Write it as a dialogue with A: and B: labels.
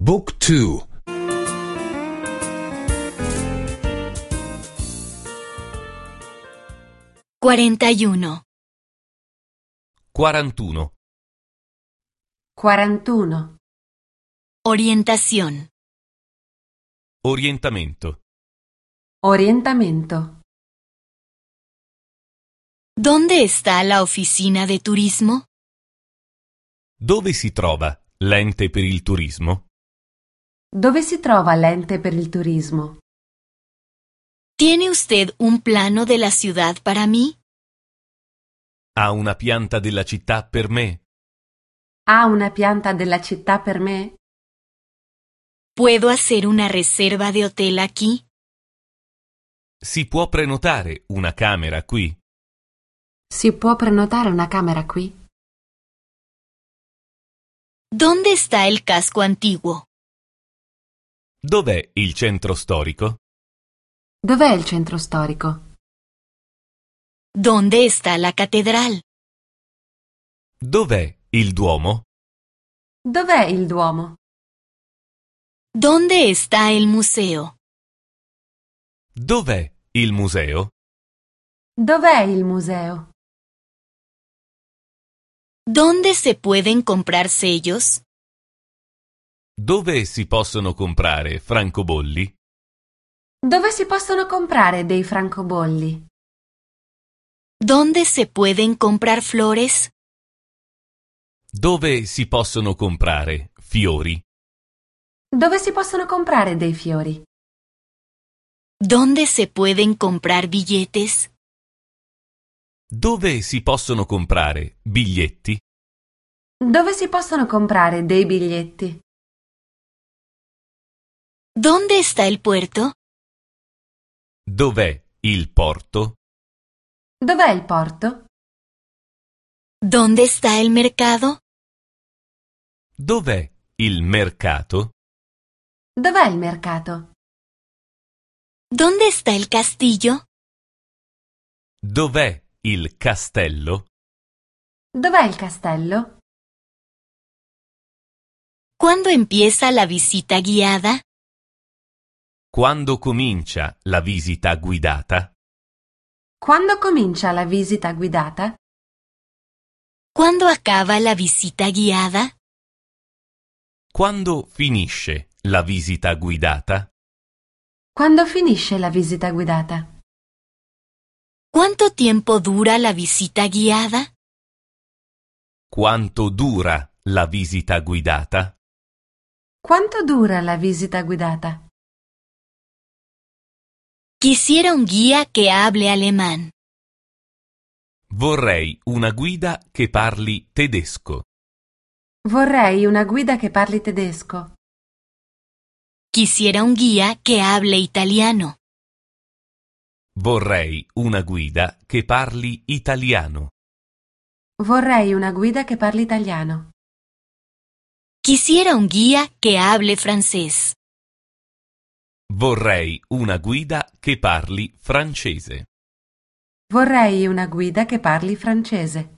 A: بوك تو
B: Cuarenta y uno.
C: 41.
D: 41.
B: Orientación.
C: Orientamento.
D: Orientamento.
B: ¿Dónde está la oficina de turismo?
C: Dove si trova l'ente per il turismo?
D: Dove si trova l'ente per il turismo?
B: ¿Tiene usted un plano de la ciudad para mí?
C: Ha una pianta della città per me?
D: Ha una pianta della città per me?
B: ¿Puedo hacer una reserva de hotel aquí?
C: Si può prenotare una camera qui?
D: Si può prenotare una camera qui?
B: ¿Dónde está el casco antiguo?
C: Dov'è il centro storico?
D: Dov'è il centro storico?
B: ¿Dónde está la catedral?
C: Dov'è il Duomo?
D: Dov'è il Duomo?
B: ¿Dónde está el museo?
C: Dov'è il museo?
D: Dov'è il museo?
B: ¿Dónde se pueden comprar sellos?
C: Dove si possono comprare francobolli?
D: Dove si possono comprare dei francobolli?
B: ¿Dónde se pueden comprar flores?
C: Dove si possono comprare fiori?
D: Dove si possono comprare dei fiori?
B: ¿Dónde se pueden comprar billetes?
C: Dove si possono comprare biglietti?
D: Dove si possono comprare dei biglietti?
B: ¿Dónde está el puerto?
C: Dov'è il porto?
D: Dov'è il porto?
B: ¿Dónde está el mercado?
C: Dov'è il mercato?
D: Dov'è il mercato?
B: ¿Dónde está el castillo?
C: Dov'è il castello?
D: Dov'è il castello?
B: ¿Cuándo empieza la visita guiada?
C: Quando comincia la visita guidata?
D: Quando comincia la visita guidata?
B: ¿Cuándo acaba la visita guiada?
C: Quando finisce la visita guidata?
D: Quando finisce la visita guidata?
B: ¿Cuánto tiempo dura la visita guiada?
C: Quanto dura la visita guidata?
D: Quanto dura la visita guidata?
B: Quisiera un guía que hable alemán.
C: Vorrei una guida che parli tedesco.
D: Vorrei una guida che parli tedesco.
B: Quisiera un guía que hable italiano.
C: Vorrei una guida che parli italiano.
D: Vorrei una guida che parli italiano.
B: Quisiera un guía que hable francés.
C: Vorrei una guida che parli francese.
D: Vorrei una guida che parli francese.